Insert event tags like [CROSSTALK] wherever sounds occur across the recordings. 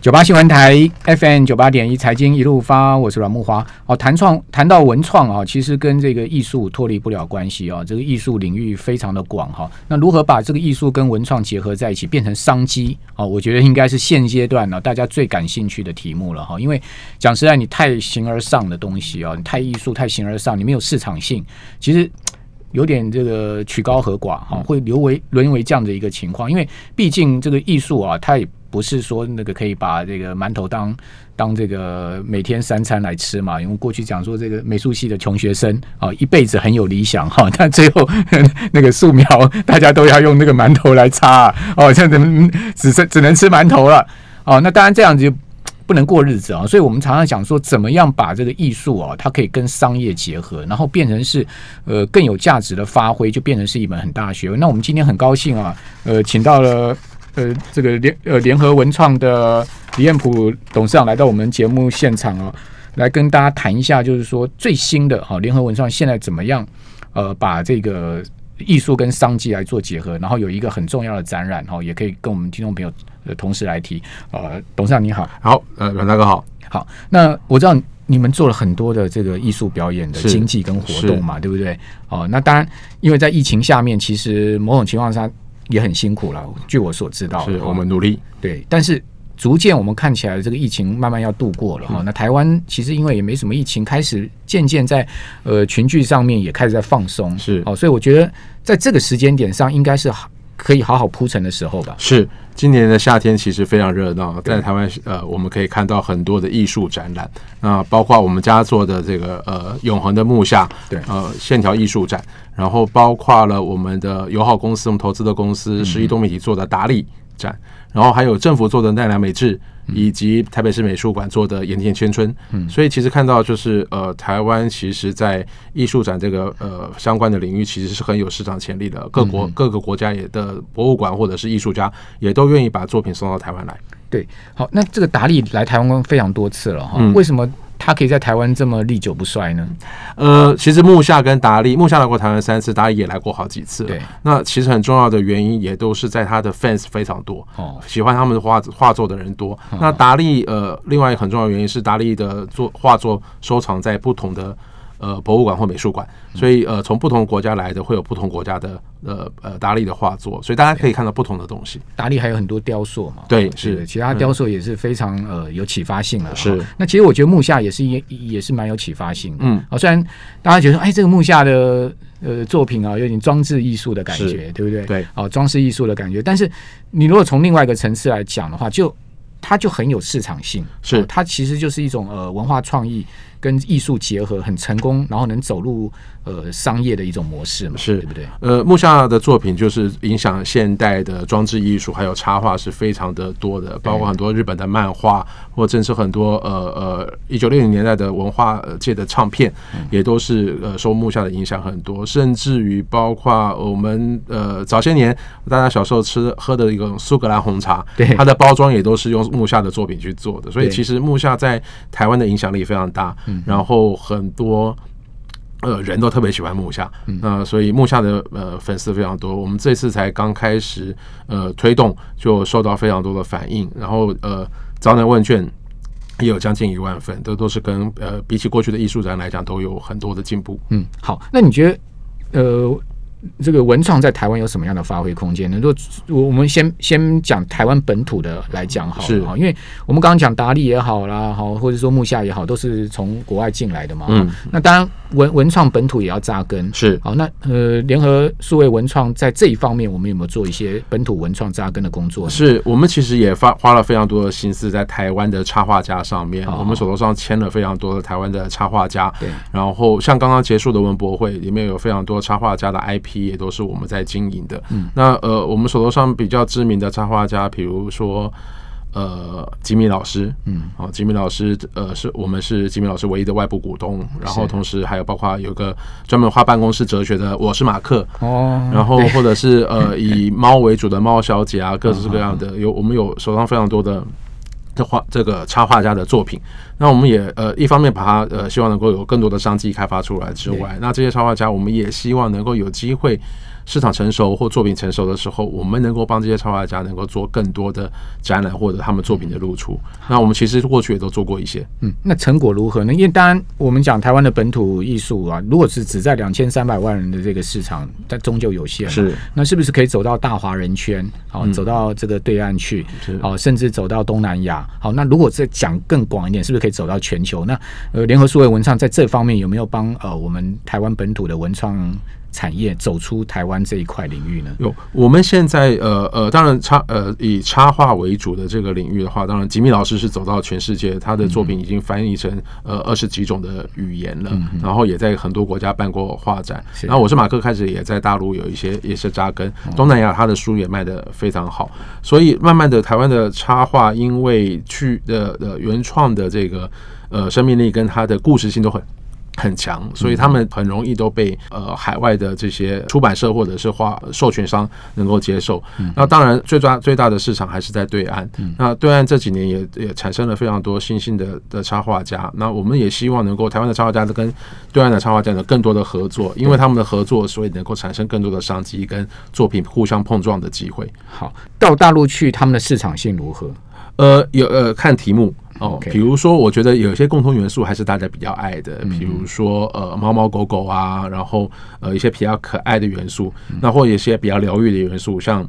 九八新闻台 FM 九八点一财经一路发，我是阮木华。哦，谈创谈到文创啊、哦，其实跟这个艺术脱离不了关系啊、哦。这个艺术领域非常的广哈、哦。那如何把这个艺术跟文创结合在一起，变成商机啊？我觉得应该是现阶段呢、啊大家最感兴趣的题目了啊哈。因为讲实在，你太形而上的东西啊，你太艺术、太形而上，你没有市场性，其实有点这个曲高和寡哈、会沦为沦为这样的一个情况。因为毕竟这个艺术啊，它也不是说那个可以把这个馒头当当这个每天三餐来吃嘛。因为过去讲说这个美术系的穷学生啊，一辈子很有理想哈、 [LAUGHS] 但最后那个素描大家都要用那个馒头来擦啊哦，这样子嗯只剩只能吃馒头了哦。那当然这样子就。不能过日子啊，所以我们常常讲说，怎么样把这个艺术啊，它可以跟商业结合，然后变成是呃更有价值的发挥，就变成是一门很大的学问。那我们今天很高兴啊，呃，请到了呃这个联呃联合文创的李彦普董事长来到我们节目现场啊，来跟大家谈一下，就是说最新的哈、啊、联合文创现在怎么样呃把这个艺术跟商机来做结合，然后有一个很重要的展览哈、也可以跟我们听众朋友呃同时来提。呃，董事长你好。好，呃，阮大哥好，好，那我知道你们做了很多的这个艺术表演的是经济跟活动嘛，对不对？哦，那当然，因为在疫情下面，其实某种情况下也很辛苦了。据我所知道的是话，我们努力，对，但是逐渐我们看起来这个疫情慢慢要度过了哈、那台湾其实因为也没什么疫情，开始渐渐在呃群聚上面也开始在放松，是哦，所以我觉得在这个时间点上，应该是好可以好好铺陈的时候吧。是今年的夏天其实非常热闹，在台湾呃，我们可以看到很多的艺术展览，那、啊包括我们家做的这个呃永恒的木下，对呃线条艺术展，然后包括了我们的友好公司，我们投资的公司十一多媒体做的达利展，然后还有政府做的奈良美智，以及台北市美术馆做的盐田千春，嗯，所以其实看到就是呃，台湾其实在艺术展这个呃相关的领域其实是很有市场潜力的，各国各个国家也的博物馆或者是艺术家也都愿意把作品送到台湾来。对，好，那这个达利来台湾非常多次了哈、嗯为什么他可以在台湾这么历久不衰呢？呃，其实木下跟达利，木下来过台湾三次，达利也来过好几次了。对那其实很重要的原因也都是在他的 fans 非常多，哦嗯喜欢他们的画画作的人多。那达利呃，另外一个很重要的原因是达利的作画作收藏在不同的。呃，博物馆或美术馆，嗯所以呃，从不同国家来的会有不同国家的呃呃达利的画作，所以大家可以看到不同的东西。达利还有很多雕塑嘛，对哦是嗯不其他雕塑也是非常、呃有启发性的。是哦那其实我觉得木下也是也也是蛮有启发性的。嗯，哦，虽然大家觉得哎，这个木下的呃作品啊，有点装置艺术的感觉，是对不对？对，哦，装饰艺术的感觉。但是你如果从另外一个层次来讲的话，就它就很有市场性，是哦它其实就是一种呃文化创意跟艺术结合很成功，然后能走入呃商业的一种模式嘛，是对不对？呃，木下的作品就是影响现代的装置艺术，还有插画是非常的多的，包括很多日本的漫画，或者是很多呃呃一九六零年代的文化呃界的唱片，也都是呃受木下的影响很多，甚至于包括我们呃早些年大家小时候吃喝的一个苏格兰红茶，对它的包装也都是用木下的作品去做的，所以对嗯其实木下在台湾的影响力非常大，然后很多。呃，人都特别喜欢木下，嗯那、所以木下的呃粉丝非常多。我们这次才刚开始呃推动，就受到非常多的反应，然后呃招男问卷也有将近一万份，这都是跟呃比起过去的艺术展来讲都有很多的进步。嗯，好，那你觉得呃，这个文创在台湾有什么样的发挥空间呢？如果我我们先先讲台湾本土的来讲好是了，哈因为我们刚刚讲达利也好啦，好或者说木下也好，都是从国外进来的嘛。嗯哈，那当然文文创本土也要扎根。是好，那呃，联合数位文创在这一方面，我们有没有做一些本土文创扎根的工作呢？是我们其实也花花了非常多的心思在台湾的插画家上面，哦我们手头上签了非常多的台湾的插画家对，然后像刚刚结束的文博会，里面有非常多插画家的 IP 也都是我们在经营的。嗯那呃，我们手头上比较知名的插画家，比如说。呃，吉米老师，嗯，哦，吉米老师，呃，是我们是吉米老师唯一的外部股东，然后同时还有包括有个专门画办公室哲学的，我是马克，哦，然后或者是呃以猫为主的猫小姐啊，各式各样的有我们有手上非常多的的画这个插画家的作品。那我们也呃一方面把它呃希望能够有更多的商机开发出来之外，那这些插画家我们也希望能够有机会。市场成熟或作品成熟的时候，我们能够帮这些插画家能够做更多的展览或者他们作品的露出。那我们其实过去也都做过一些，嗯，那成果如何呢？因为当然我们讲台湾的本土艺术啊，如果是只在两千三百万人的这个市场，它终究有限。是，那是不是可以走到大华人圈？好、走到这个对岸去是，好、甚至走到东南亚。好，那如果再讲更广一点，是不是可以走到全球？那呃，联合数位文创在这方面有没有帮呃我们台湾本土的文创产业走出台湾这一块领域呢？有，我们现在呃呃，当然插呃以插画为主的这个领域的话，当然吉米老师是走到全世界，他的作品已经翻译成呃二十几种的语言了，然后也在很多国家办过画展。是然后我是马克，开始也在大陆有一些也是扎根，东南亚他的书也卖得非常好，所以慢慢的台湾的插画因为去的呃原创的这个呃生命力跟它的故事性都很很强，所以他们很容易都被呃海外的这些出版社或者是画授权商能够接受。那当然最大最大的市场还是在对岸。那对岸这几年也也产生了非常多新兴的的插画家。那我们也希望能够台湾的插画家跟对岸的插画家有更多的合作，因为他们的合作，所以能够产生更多的商机跟作品互相碰撞的机会。好，到大陆去，他们的市场性如何？呃，有呃，看题目哦。 OK 比如说，我觉得有些共同元素还是大家比较爱的，比如说呃，猫猫狗狗啊，然后呃，一些比较可爱的元素，那或者一些比较疗愈的元素，像。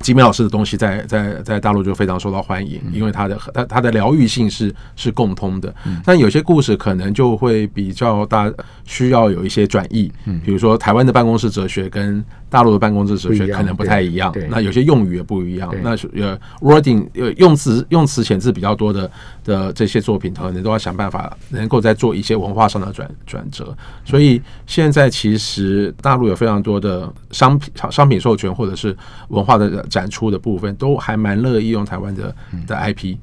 吉米老师的东西在在在大陆就非常受到欢迎，因为他的他他的疗愈性是是共通的。但有些故事可能就会比较大，需要有一些转译。比如说台湾的办公室哲学跟大陆的办公室哲不学一样可能不太一样对对，那有些用语也不一样对。那是呃，wording 呃用词用词遣字比较多的的这些作品，可能都要想办法能够再做一些文化上的转转折。所以现在其实大陆有非常多的商品商品授权或者是文化的展出的部分，都还蛮乐意用台湾的的嗯 IP。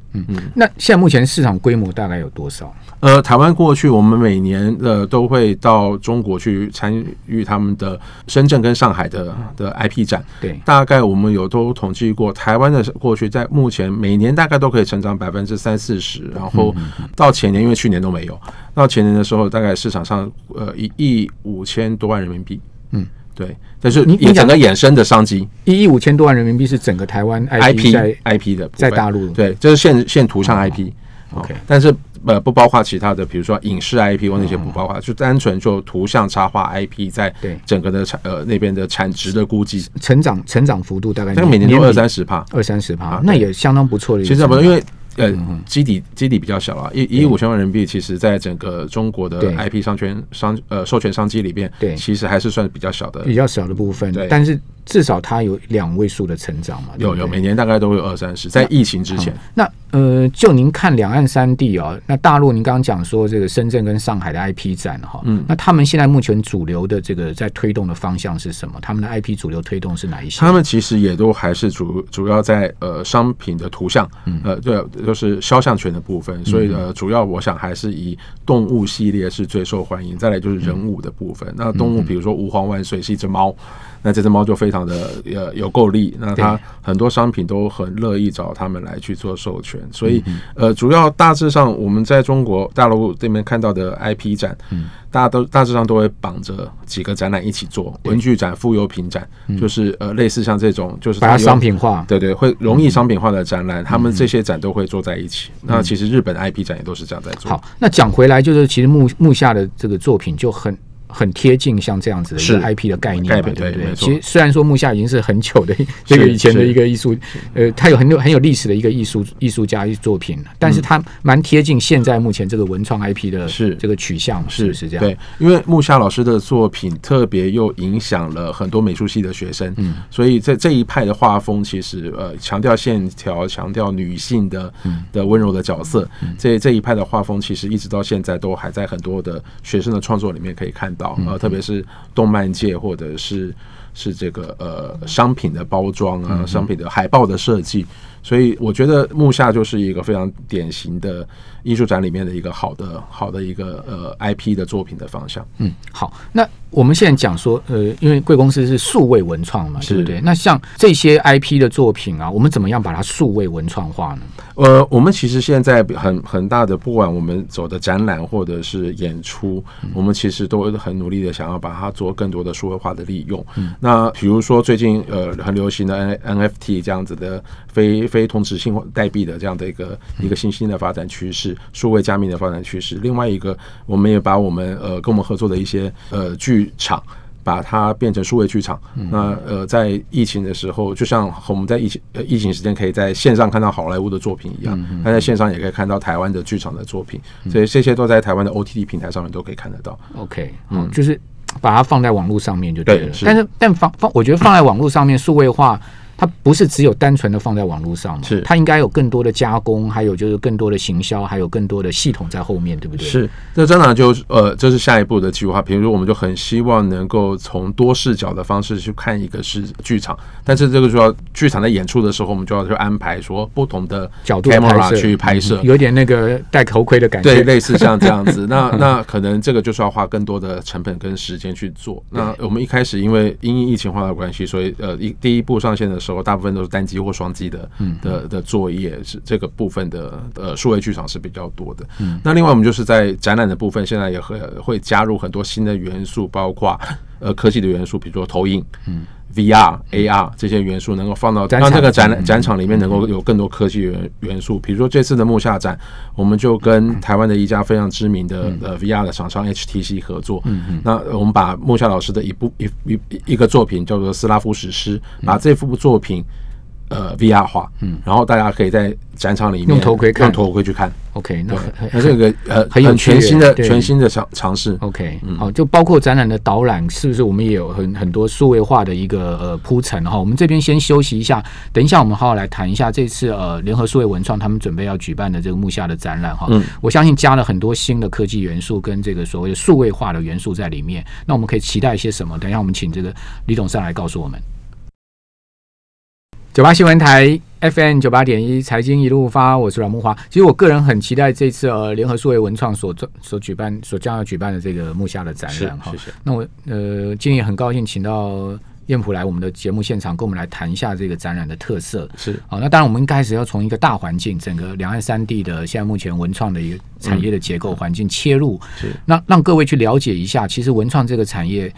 那现在目前市场规模大概有多少？呃，台湾过去我们每年呃都会到中国去参与他们的深圳跟上海的的 IP 展，嗯对，大概我们有都统计过，台湾的过去在目前每年大概都可以成长百分之三四嗯十，然后到前年，因为去年都没有，到前年的时候，大概市场上呃一亿五千多万人民币，嗯，对，但是你你也讲整个衍生的商机一亿五千多万人民币是整个台湾 IP ，IP 在 IP 的部在分大陆对，这是线线图上 IP。哦嗯 OK 但是呃不包括其他的，比如说影视 IP 或那些不包括，就单纯就图像插画 IP 在哦对整个的产呃那边的产值的估计，成长成长幅度大概大概每年都比二三十趴。二三十趴啊，那也相当不错的一其个成实长。不是因为呃嗯基底基底比较小了，啊一一亿五千万人民币，其实在整个中国的对 IP 商权商呃授权商机里边，对其实还是算比较小的比。较小的部分对，但是至少它有两位数的成长嘛。对有不有，对每年大概都会有二三十，在疫情之前，那呃，就您看两岸三地哦，那大陆您刚刚讲说这个深圳跟上海的 IP 展哈、嗯，那他们现在目前主流的这个在推动的方向是什么？他们的 IP 主流推动是哪一些？他们其实也都还是主主要在呃商品的图像，呃对，就是肖像权的部分，所以呃主要我想还是以动物系列是最受欢迎，再来就是人物的部分。那动物比如说吾皇万岁是一只猫，那这只猫就非常的呃有够力，那它很多商品都很乐意找他们来去做授权，所以嗯呃主要大致上我们在中国大陆这边看到的 IP 展，嗯大家都大致上都会绑着几个展览一起做，文具展、妇幼品展，就是呃类似像这种就是嗯把它有商品化。嗯对对，会容易商品化的展览，他们这些展都会做在一起。那其实日本 IP 展也都是这样在做。好，那讲回来，就是其实木木下的这个作品就很。很贴近像这样子的一是个 IP 的概念嘛，概念对不对对？没错其实虽然说木下已经是很久的这个以 [LAUGHS] 前的一个艺术，呃，他有很有很有历史的一个艺术艺术家艺术作品，但是他蛮贴近现在目前这个文创 IP 的是这个取向嘛，是不是这样？对，因为木下老师的作品特别又影响了很多美术系的学生，嗯，所以在这一派的画风，其实呃强调线条，强调女性的嗯的温柔的角色，这这一派的画风其实一直到现在都还嗯在很多的学生的创作里面可以看到，呃，特别是动漫界或者是。是这个呃商品的包装嗯啊，商品的海报的设计。所以我觉得木下就是一个非常典型的艺术展里面的一个好的好的一个呃 IP 的作品的方向。嗯，好，那我们现在讲说，呃，因为贵公司是数位文创嘛，对不对？那像这些 IP 的作品啊，我们怎么样把它数位文创化呢？呃，我们其实现在很很大的，不管我们走的展览或者是演出，我们其实都很努力的想要把它做更多的数位化的利用。那比如说最近呃很流行的 N NFT 这样子的非非同质性代币的这样的一个一个新兴的发展趋势，数位加密的发展趋势。另外一个，我们也把我们呃跟我们合作的一些呃剧场。把它变成数位剧场。嗯那呃，在疫情的时候，就像我们在疫情呃疫情时间可以在线上看到好莱坞的作品一样，嗯那在线上也可以看到台湾的剧场的作品，所以这些都在台湾的 OTT 平台上面都可以看得到。 OK，嗯，就是把它放在网络上面就了。对是但是但放放，我觉得放在网络上面数位化。它不是只有单纯的放在网络上嘛，是它应该有更多的加工，还有就是更多的行销，还有更多的系统在后面，对不对？，是，这当然就是呃，这是下一步的计划。比如说，我们就很希望能够从多视角的方式去看一个是剧场，但是这个就要剧场在演出的时候，我们就要去安排说不同的角度的嗯拍 camera 摄去拍摄，有点那个戴头盔的感觉。对，类似像这样子，那 [LAUGHS] 那可能这个就是要花更多的成本跟时间去做。那我们一开始因为因应疫情化的关系，所以呃，一第一步上线的时候，大部分都是单机或双机的嗯的的作业，是这个部分的呃数位剧场是比较多的。嗯那另外我们就是在展览的部分，现在也会呃会加入很多新的元素，包括呃科技的元素，比如说投影，嗯。VR、AR 这些元素能够放到展让这场个展览展场里面能够有更多科技元元素，比如说这次的木下展，我们就嗯跟台湾的一家非常知名的呃 VR 的厂商 HTC 合作。嗯那呃我们把木下老师的一部一一一个作品叫做《斯拉夫史诗》，嗯把这幅作品呃 VR 化，然后大家可以在展场里面用头盔看用头盔去看。 OK，那对很，那这个呃很有趣全新的对全新的尝尝试。 OK，好，嗯就包括展览的导览，是不是我们也有很很多数位化的一个呃铺陈哈？我们这边先休息一下，等一下我们好好来谈一下这次呃联合数位文创他们准备要举办的这个木下的展览哈。嗯我相信加了很多新的科技元素跟这个所谓的数位化的元素在里面。那我们可以期待一些什么？等一下我们请这个李董事长来告诉我们。九八新闻台 FM 九八点一财经一路发，我是阮木华。其实我个人很期待这次呃联合数位文创所做所举办所将要举办的这个木下的展是览哈谢。谢。那我呃今天也很高兴请到燕普来我们的节目现场，跟我们来谈一下这个展览的特色。是好，那当然我们一开始要从一个大环境，整个两岸三地的现在目前文创的一个产业的结构环境切入，嗯是那让各位去了解一下，其实文创这个产业。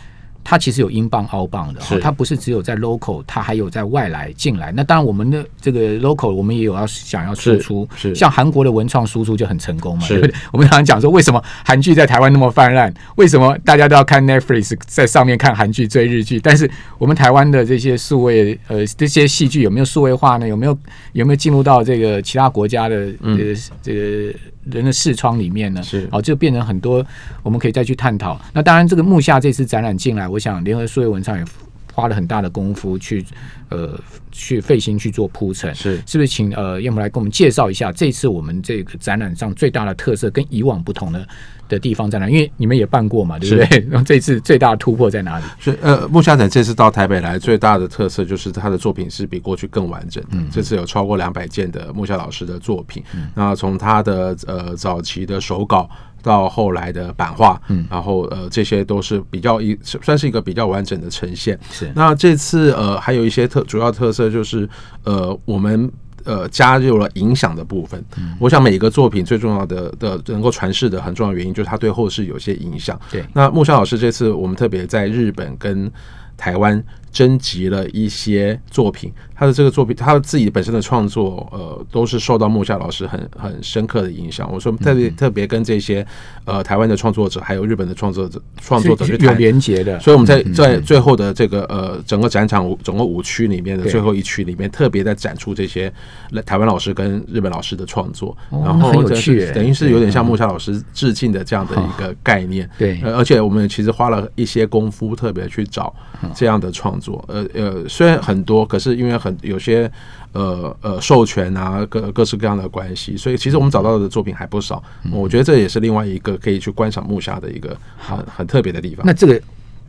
它其实有英镑、澳镑的哈，是它不是只有在 local，它还有在外来进来。那当然，我们的这个 local 我们也有要想要输是出，是像韩国的文创输出就很成功嘛，是对 [LAUGHS] 不对？我们常常讲说，为什么韩剧在台湾那么泛滥？为什么大家都要看 Netflix 在上面看韩剧、追日剧？但是我们台湾的这些数位呃这些戏剧有没有数位化呢？有没有有没有进入到这个其他国家的这个、这个人的视窗里面呢？嗯是好，就变成很多我们可以再去探讨。那当然，这个木下这次展览进来，我想联合数位文创也花了很大的功夫去呃去费心去做铺陈。是是不是请呃燕母来给我们介绍一下这次我们这个展览上最大的特色跟以往不同的的地方在哪？因为你们也办过嘛，对不 [LAUGHS] 对？然后这次最大的突破在哪里？所以呃，木下展这次到台北来最大的特色就是他的作品是比过去更完整的。这次有超过两百件的木下老师的作品。那从他的呃早期的手稿到后来的版画，然后呃这些都是比较一算是一个比较完整的呈现。是那这次呃还有一些特主要特色就是呃我们。呃，加入了影响的部分。嗯我想每一个作品最重要的的能够传世的很重要的原因，就是它对后世有些影响。对那木下老师这次我们特别在日本跟台湾征集了一些作品，他的这个作品，他自己本身的创作，呃，都是受到木下老师很很深刻的影响。我说特别嗯特别跟这些呃台湾的创作者，还有日本的创作者创作者去是有谈连结的，所以我们在在最后的这个呃整个展场五总共五区里面的对最后一区里面，特别在展出这些呃台湾老师跟日本老师的创作，哦然那很后有这趣是耶嗯等于是有点像木下老师致敬的这样的一个概念。对呃而且我们其实花了一些功夫，特别去找这样的创作。呃呃，虽然很多，可是因为很有些呃呃授权啊，各各式各样的关系，所以其实我们找到的作品还不少。嗯我觉得这也是另外一个可以去观赏木下的一个很很特别的地方。那这个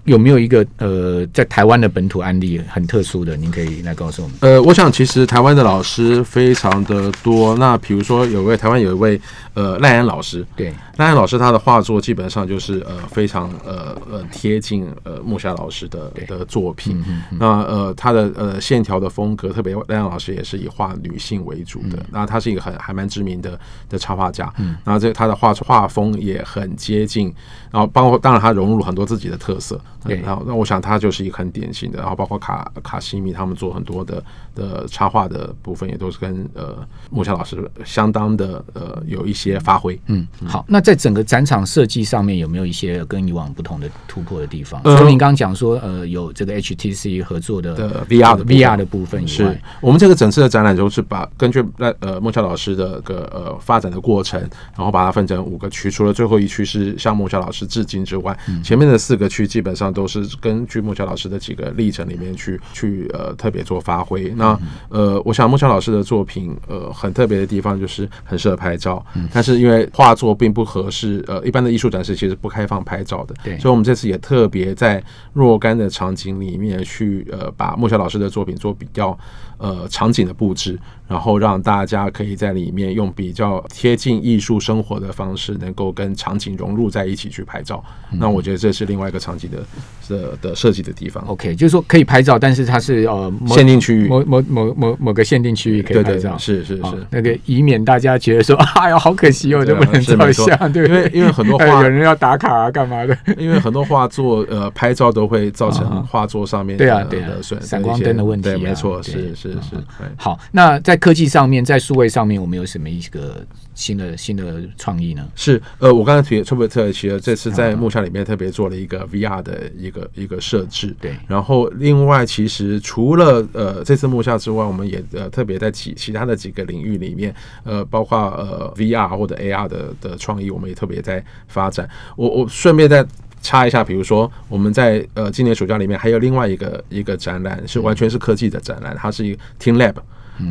有没有一个呃，在台湾的本土案例很特殊的，您可以来告诉我们？呃，我想其实台湾的老师非常的多。那比如说有位台湾有一位呃赖安老师，对，赖安老师他的画作基本上就是呃非常呃呃贴近呃木下老师的的作品。那呃他的呃线条的风格，特别赖安老师也是以画女性为主的。那他是一个很还蛮知名的的插画家。那这他的画画风也很接近，然后包括当然他融入了很多自己的特色。对然后那我想他就是一个很典型的，然后包括卡卡西米他们做很多的的插画的部分，也都是跟呃木下老师相当的呃有一些发挥。嗯。嗯，好，那在整个展场设计上面有没有一些跟以往不同的突破的地方？除呃了您刚刚讲说，呃，有这个 HTC 合作的的 VR 的部分 VR 的部分以是外，我们这个整次的展览就是把根据那呃孟夏老师的个呃发展的过程，然后把它分成五个区，除了最后一区是向孟夏老师致敬之外，嗯前面的四个区基本上都是根据孟夏老师的几个历程里面去去呃特别做发挥。嗯那呃，我想孟夏老师的作品呃很特别的地方就是很适合拍照，嗯但是因为画作并不合适，呃，一般的艺术展示其实不开放拍照的，对所以我们这次也特别在若干的场景里面去呃，把莫小老师的作品做比较呃场景的布置，然后让大家可以在里面用比较贴近艺术生活的方式，能够跟场景融入在一起去拍照。嗯那我觉得这是另外一个场景的的的设计的地方。 OK，就是说可以拍照，但是它是呃某限定区域，某某某某某个限定区域可以对拍对照，是是是。好啊那个以免大家觉得说， [LAUGHS] 哎呀，好可惜哦，对都啊不能是照没错相，对不对因为？因为很 [LAUGHS] 多哎画有人要打卡啊，干嘛的？因为很多画作，呃，拍照都会造成画作上面的对啊对啊的损闪光灯的问题啊对，没错，对啊嗯是是是，对。好，那在科技上面，在数位上面，我们有什么一个新的新的创意呢？是，呃，我刚才提特别特别提了，这次在木下里面特别做了一个 VR 的一个一个设置。对然后另外其实除了呃这次木下之外，我们也呃特别在其其他的几个领域里面，呃，包括呃 VR 或者 AR 的的创意，我们也特别在发展。我我顺便再插一下，比如说我们在呃今年暑假里面还有另外一个一个展览，是完全是科技的展览，它是一个 Team Lab。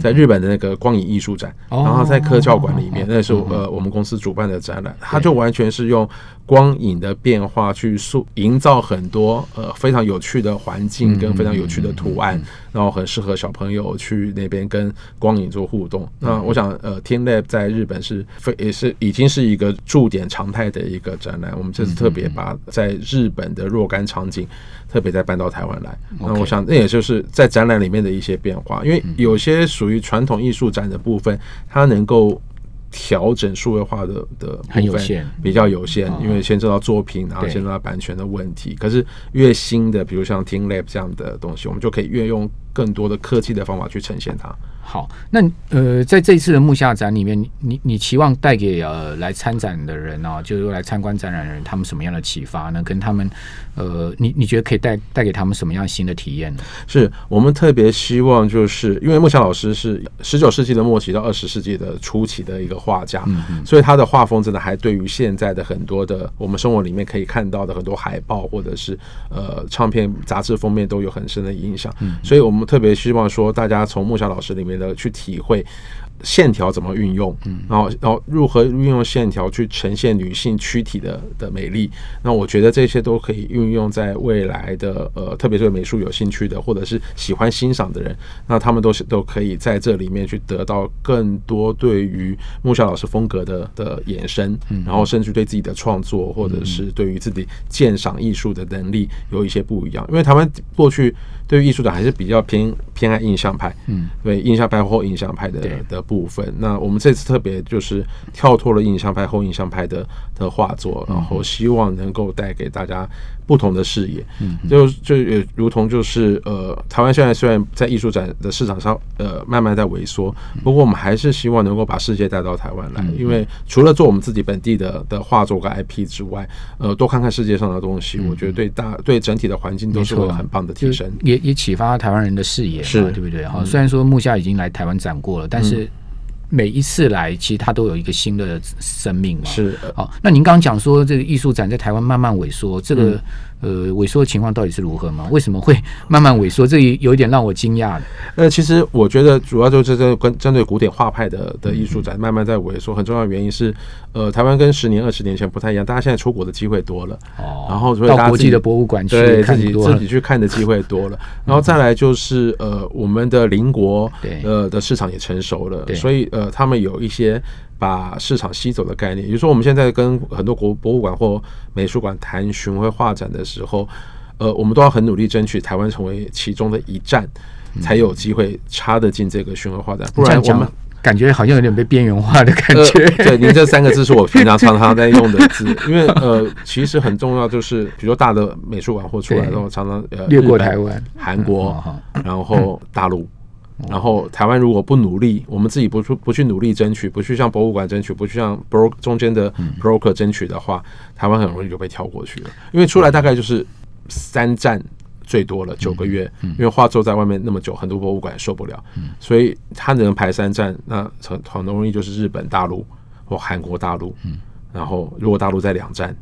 在日本的那个光影艺术展，哦然后在科教馆里面，那是我呃我们公司主办的展览，它就完全是用光影的变化去塑营造很多呃非常有趣的环境跟非常有趣的图案，然后很适合小朋友去那边跟光影做互动。那我想呃 t e n Lab 在日本是非也是已经是一个驻点常态的一个展览，我嗯们这次特别把在日本的若干场景特别再搬到台湾来。那 OK 嗯我想那也就是在展览里面的一些变化，因为有些属于传统艺术展的部分，它能够。调整数位化的的部分很有限，嗯比较有限，因为牵涉到作品，然后对牵涉到版权的问题。可是越新的，比如像 Team Lab 这样的东西，我们就可以越用更多的科技的方法去呈现它。好，那呃，在这一次的木下展里面，你你你期望带给呃来参展的人啊，就是说来参观展览的人，他们什么样的启发呢？跟他们呃，你你觉得可以带带给他们什么样新的体验呢？是我们特别希望，就是因为莫夏老师是十九世纪的末期到二十世纪的初期的一个画家，所以他的画风真的还对于现在的很多的我们生活里面可以看到的很多海报或者是呃唱片、杂志封面都有很深的影响。所以我们特别希望说，大家从莫夏老师里面的去体会。线条怎么运用，然后然后如何运用线条去呈现女性躯体的的美丽，那我觉得这些都可以运用在未来的呃，特别是对美术有兴趣的或者是喜欢欣赏的人，那他们都是都可以在这里面去得到更多对于木下老师风格的的衍生，然后甚至对自己的创作或者是对于自己鉴赏艺术的能力有一些不一样，因为台湾过去对于艺术的还是比较偏偏爱印象派，嗯，对印象派或后印象派的对的部分。那我们这次特别就是跳脱了印象派后印象派的的画作，然后希望能够带给大家不同的视野。嗯，就就也如同就是呃，台湾现在虽然在艺术展的市场上呃慢慢在萎缩，不过我们还是希望能够把世界带到台湾来，因为除了做我们自己本地的的画作跟 IP 之外，呃，多看看世界上的东西，我觉得对大对整体的环境都是会有很棒的提升。也也启发台湾人的视野嘛，是嗯对不对？哈、虽然说木下已经来台湾展过了，但是每一次来，其实他都有一个新的生命嘛。是，呃好，那您刚刚讲说这个艺术展在台湾慢慢萎缩，这个呃嗯萎缩的情况到底是如何吗？为什么会慢慢萎缩？这也有一点让我惊讶了。呃，其实我觉得主要就是这跟针对古典画派的的艺术展慢慢在萎缩，很重要的原因是，呃，台湾跟十年、二十年前不太一样，大家现在出国的机会多了，哦然后所以大到家国自际己的博物馆去对自看己多自了嗯己，去看的机会多了，然后再来就是呃，我们的邻国对呃的市场也成熟了对，所以呃，他们有一些把市场吸走的概念，比如说我们现在跟很多国博物馆或美术馆谈巡回画展的时候，呃，我们都要很努力争取台湾成为其中的一站。嗯才有机会插得进这个巡回画展，不这样然我们讲感觉好像有点被边缘化的感呃觉。， [LAUGHS] 对，您这三个字是我平常常常在用的字，因为呃，其实很重要，就是比如说大的美术馆或出来之后，常常呃略过日本台湾韩国嗯，然后大陆。然后台湾如果不努力，我们自己不去不去努力争取，不去向博物馆争取，不去向 bro 中间的 broker 争取的话，台湾很容易就被跳过去了。因为出来大概就是三站最多了九个月，因为画作在外面那么久，很多博物馆受不了，所以他能排三站，那很很容易就是日本大陆或韩国大陆，然后如果大陆在两站，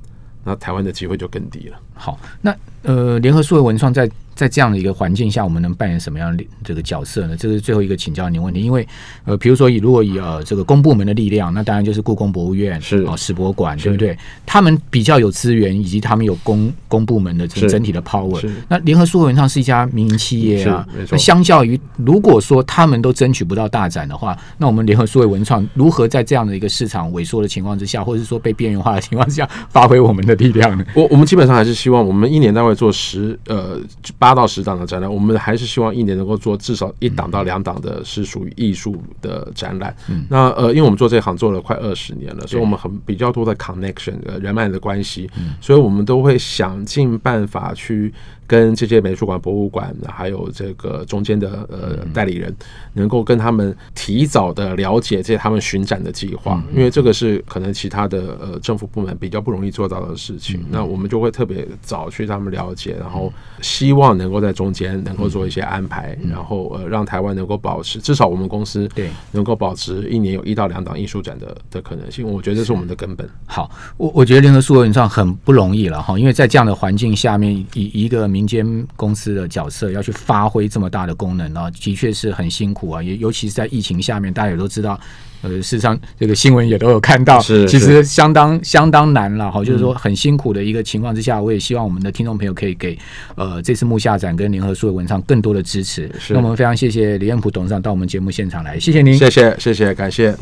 那台湾的机会就更低了。好，那呃，联合数位文创在在这样的一个环境下，我们能扮演什么样的这个角色呢？这是最后一个请教您的问题，因为呃，比如说以如果以呃这个公部门的力量，那当然就是故宫博物院是哦史博馆，对不对？他们比较有资源，以及他们有公公部门的这个是整体的 power 是。那联合数位文创是一家民营企业啊是没，错那相较于如果说他们都争取不到大展的话，那我们联合数位文创如何在这样的一个市场萎缩的情况之下，或者是说被边缘化的情况之下，发挥我们的力量呢？我我们基本上还是希望我们一年大概做十呃八到十档的展览，我们还是希望一年能够做至少一档到两档的是属于艺术的展览。那呃，因为我们做这行做了快二十年了，所以我们很比较多的 connection 呃人脉的关系，所以我们都会想尽办法去跟这些美术馆、博物馆还有这个中间的呃代理人，能够跟他们提早的了解这些他们巡展的计划，因为这个是可能其他的呃政府部门比较不容易做到的事情。那我们就会特别早去他们了解，然后希望能够在中间能够做一些安排，然后呃让台湾能够保持，至少我们公司对能够保持一年有一到两档艺术展的的可能性。我觉得这是我们的根本。好，我我觉得联合数位文创很不容易了哈，因为在这样的环境下面，以以一个民间公司的角色要去发挥这么大的功能呢、的确是很辛苦啊，也尤其是在疫情下面，大家也都知道，呃，事实上这个新闻也都有看到，是其是嗯实相当相当难了哈，就是说很辛苦的一个情况之下，我也希望我们的听众朋友可以给呃这次木下展跟联合数位文创更多的支持。是那我们非常谢谢李彦普董事长到我们节目现场来，谢谢您，谢谢，谢谢，感谢。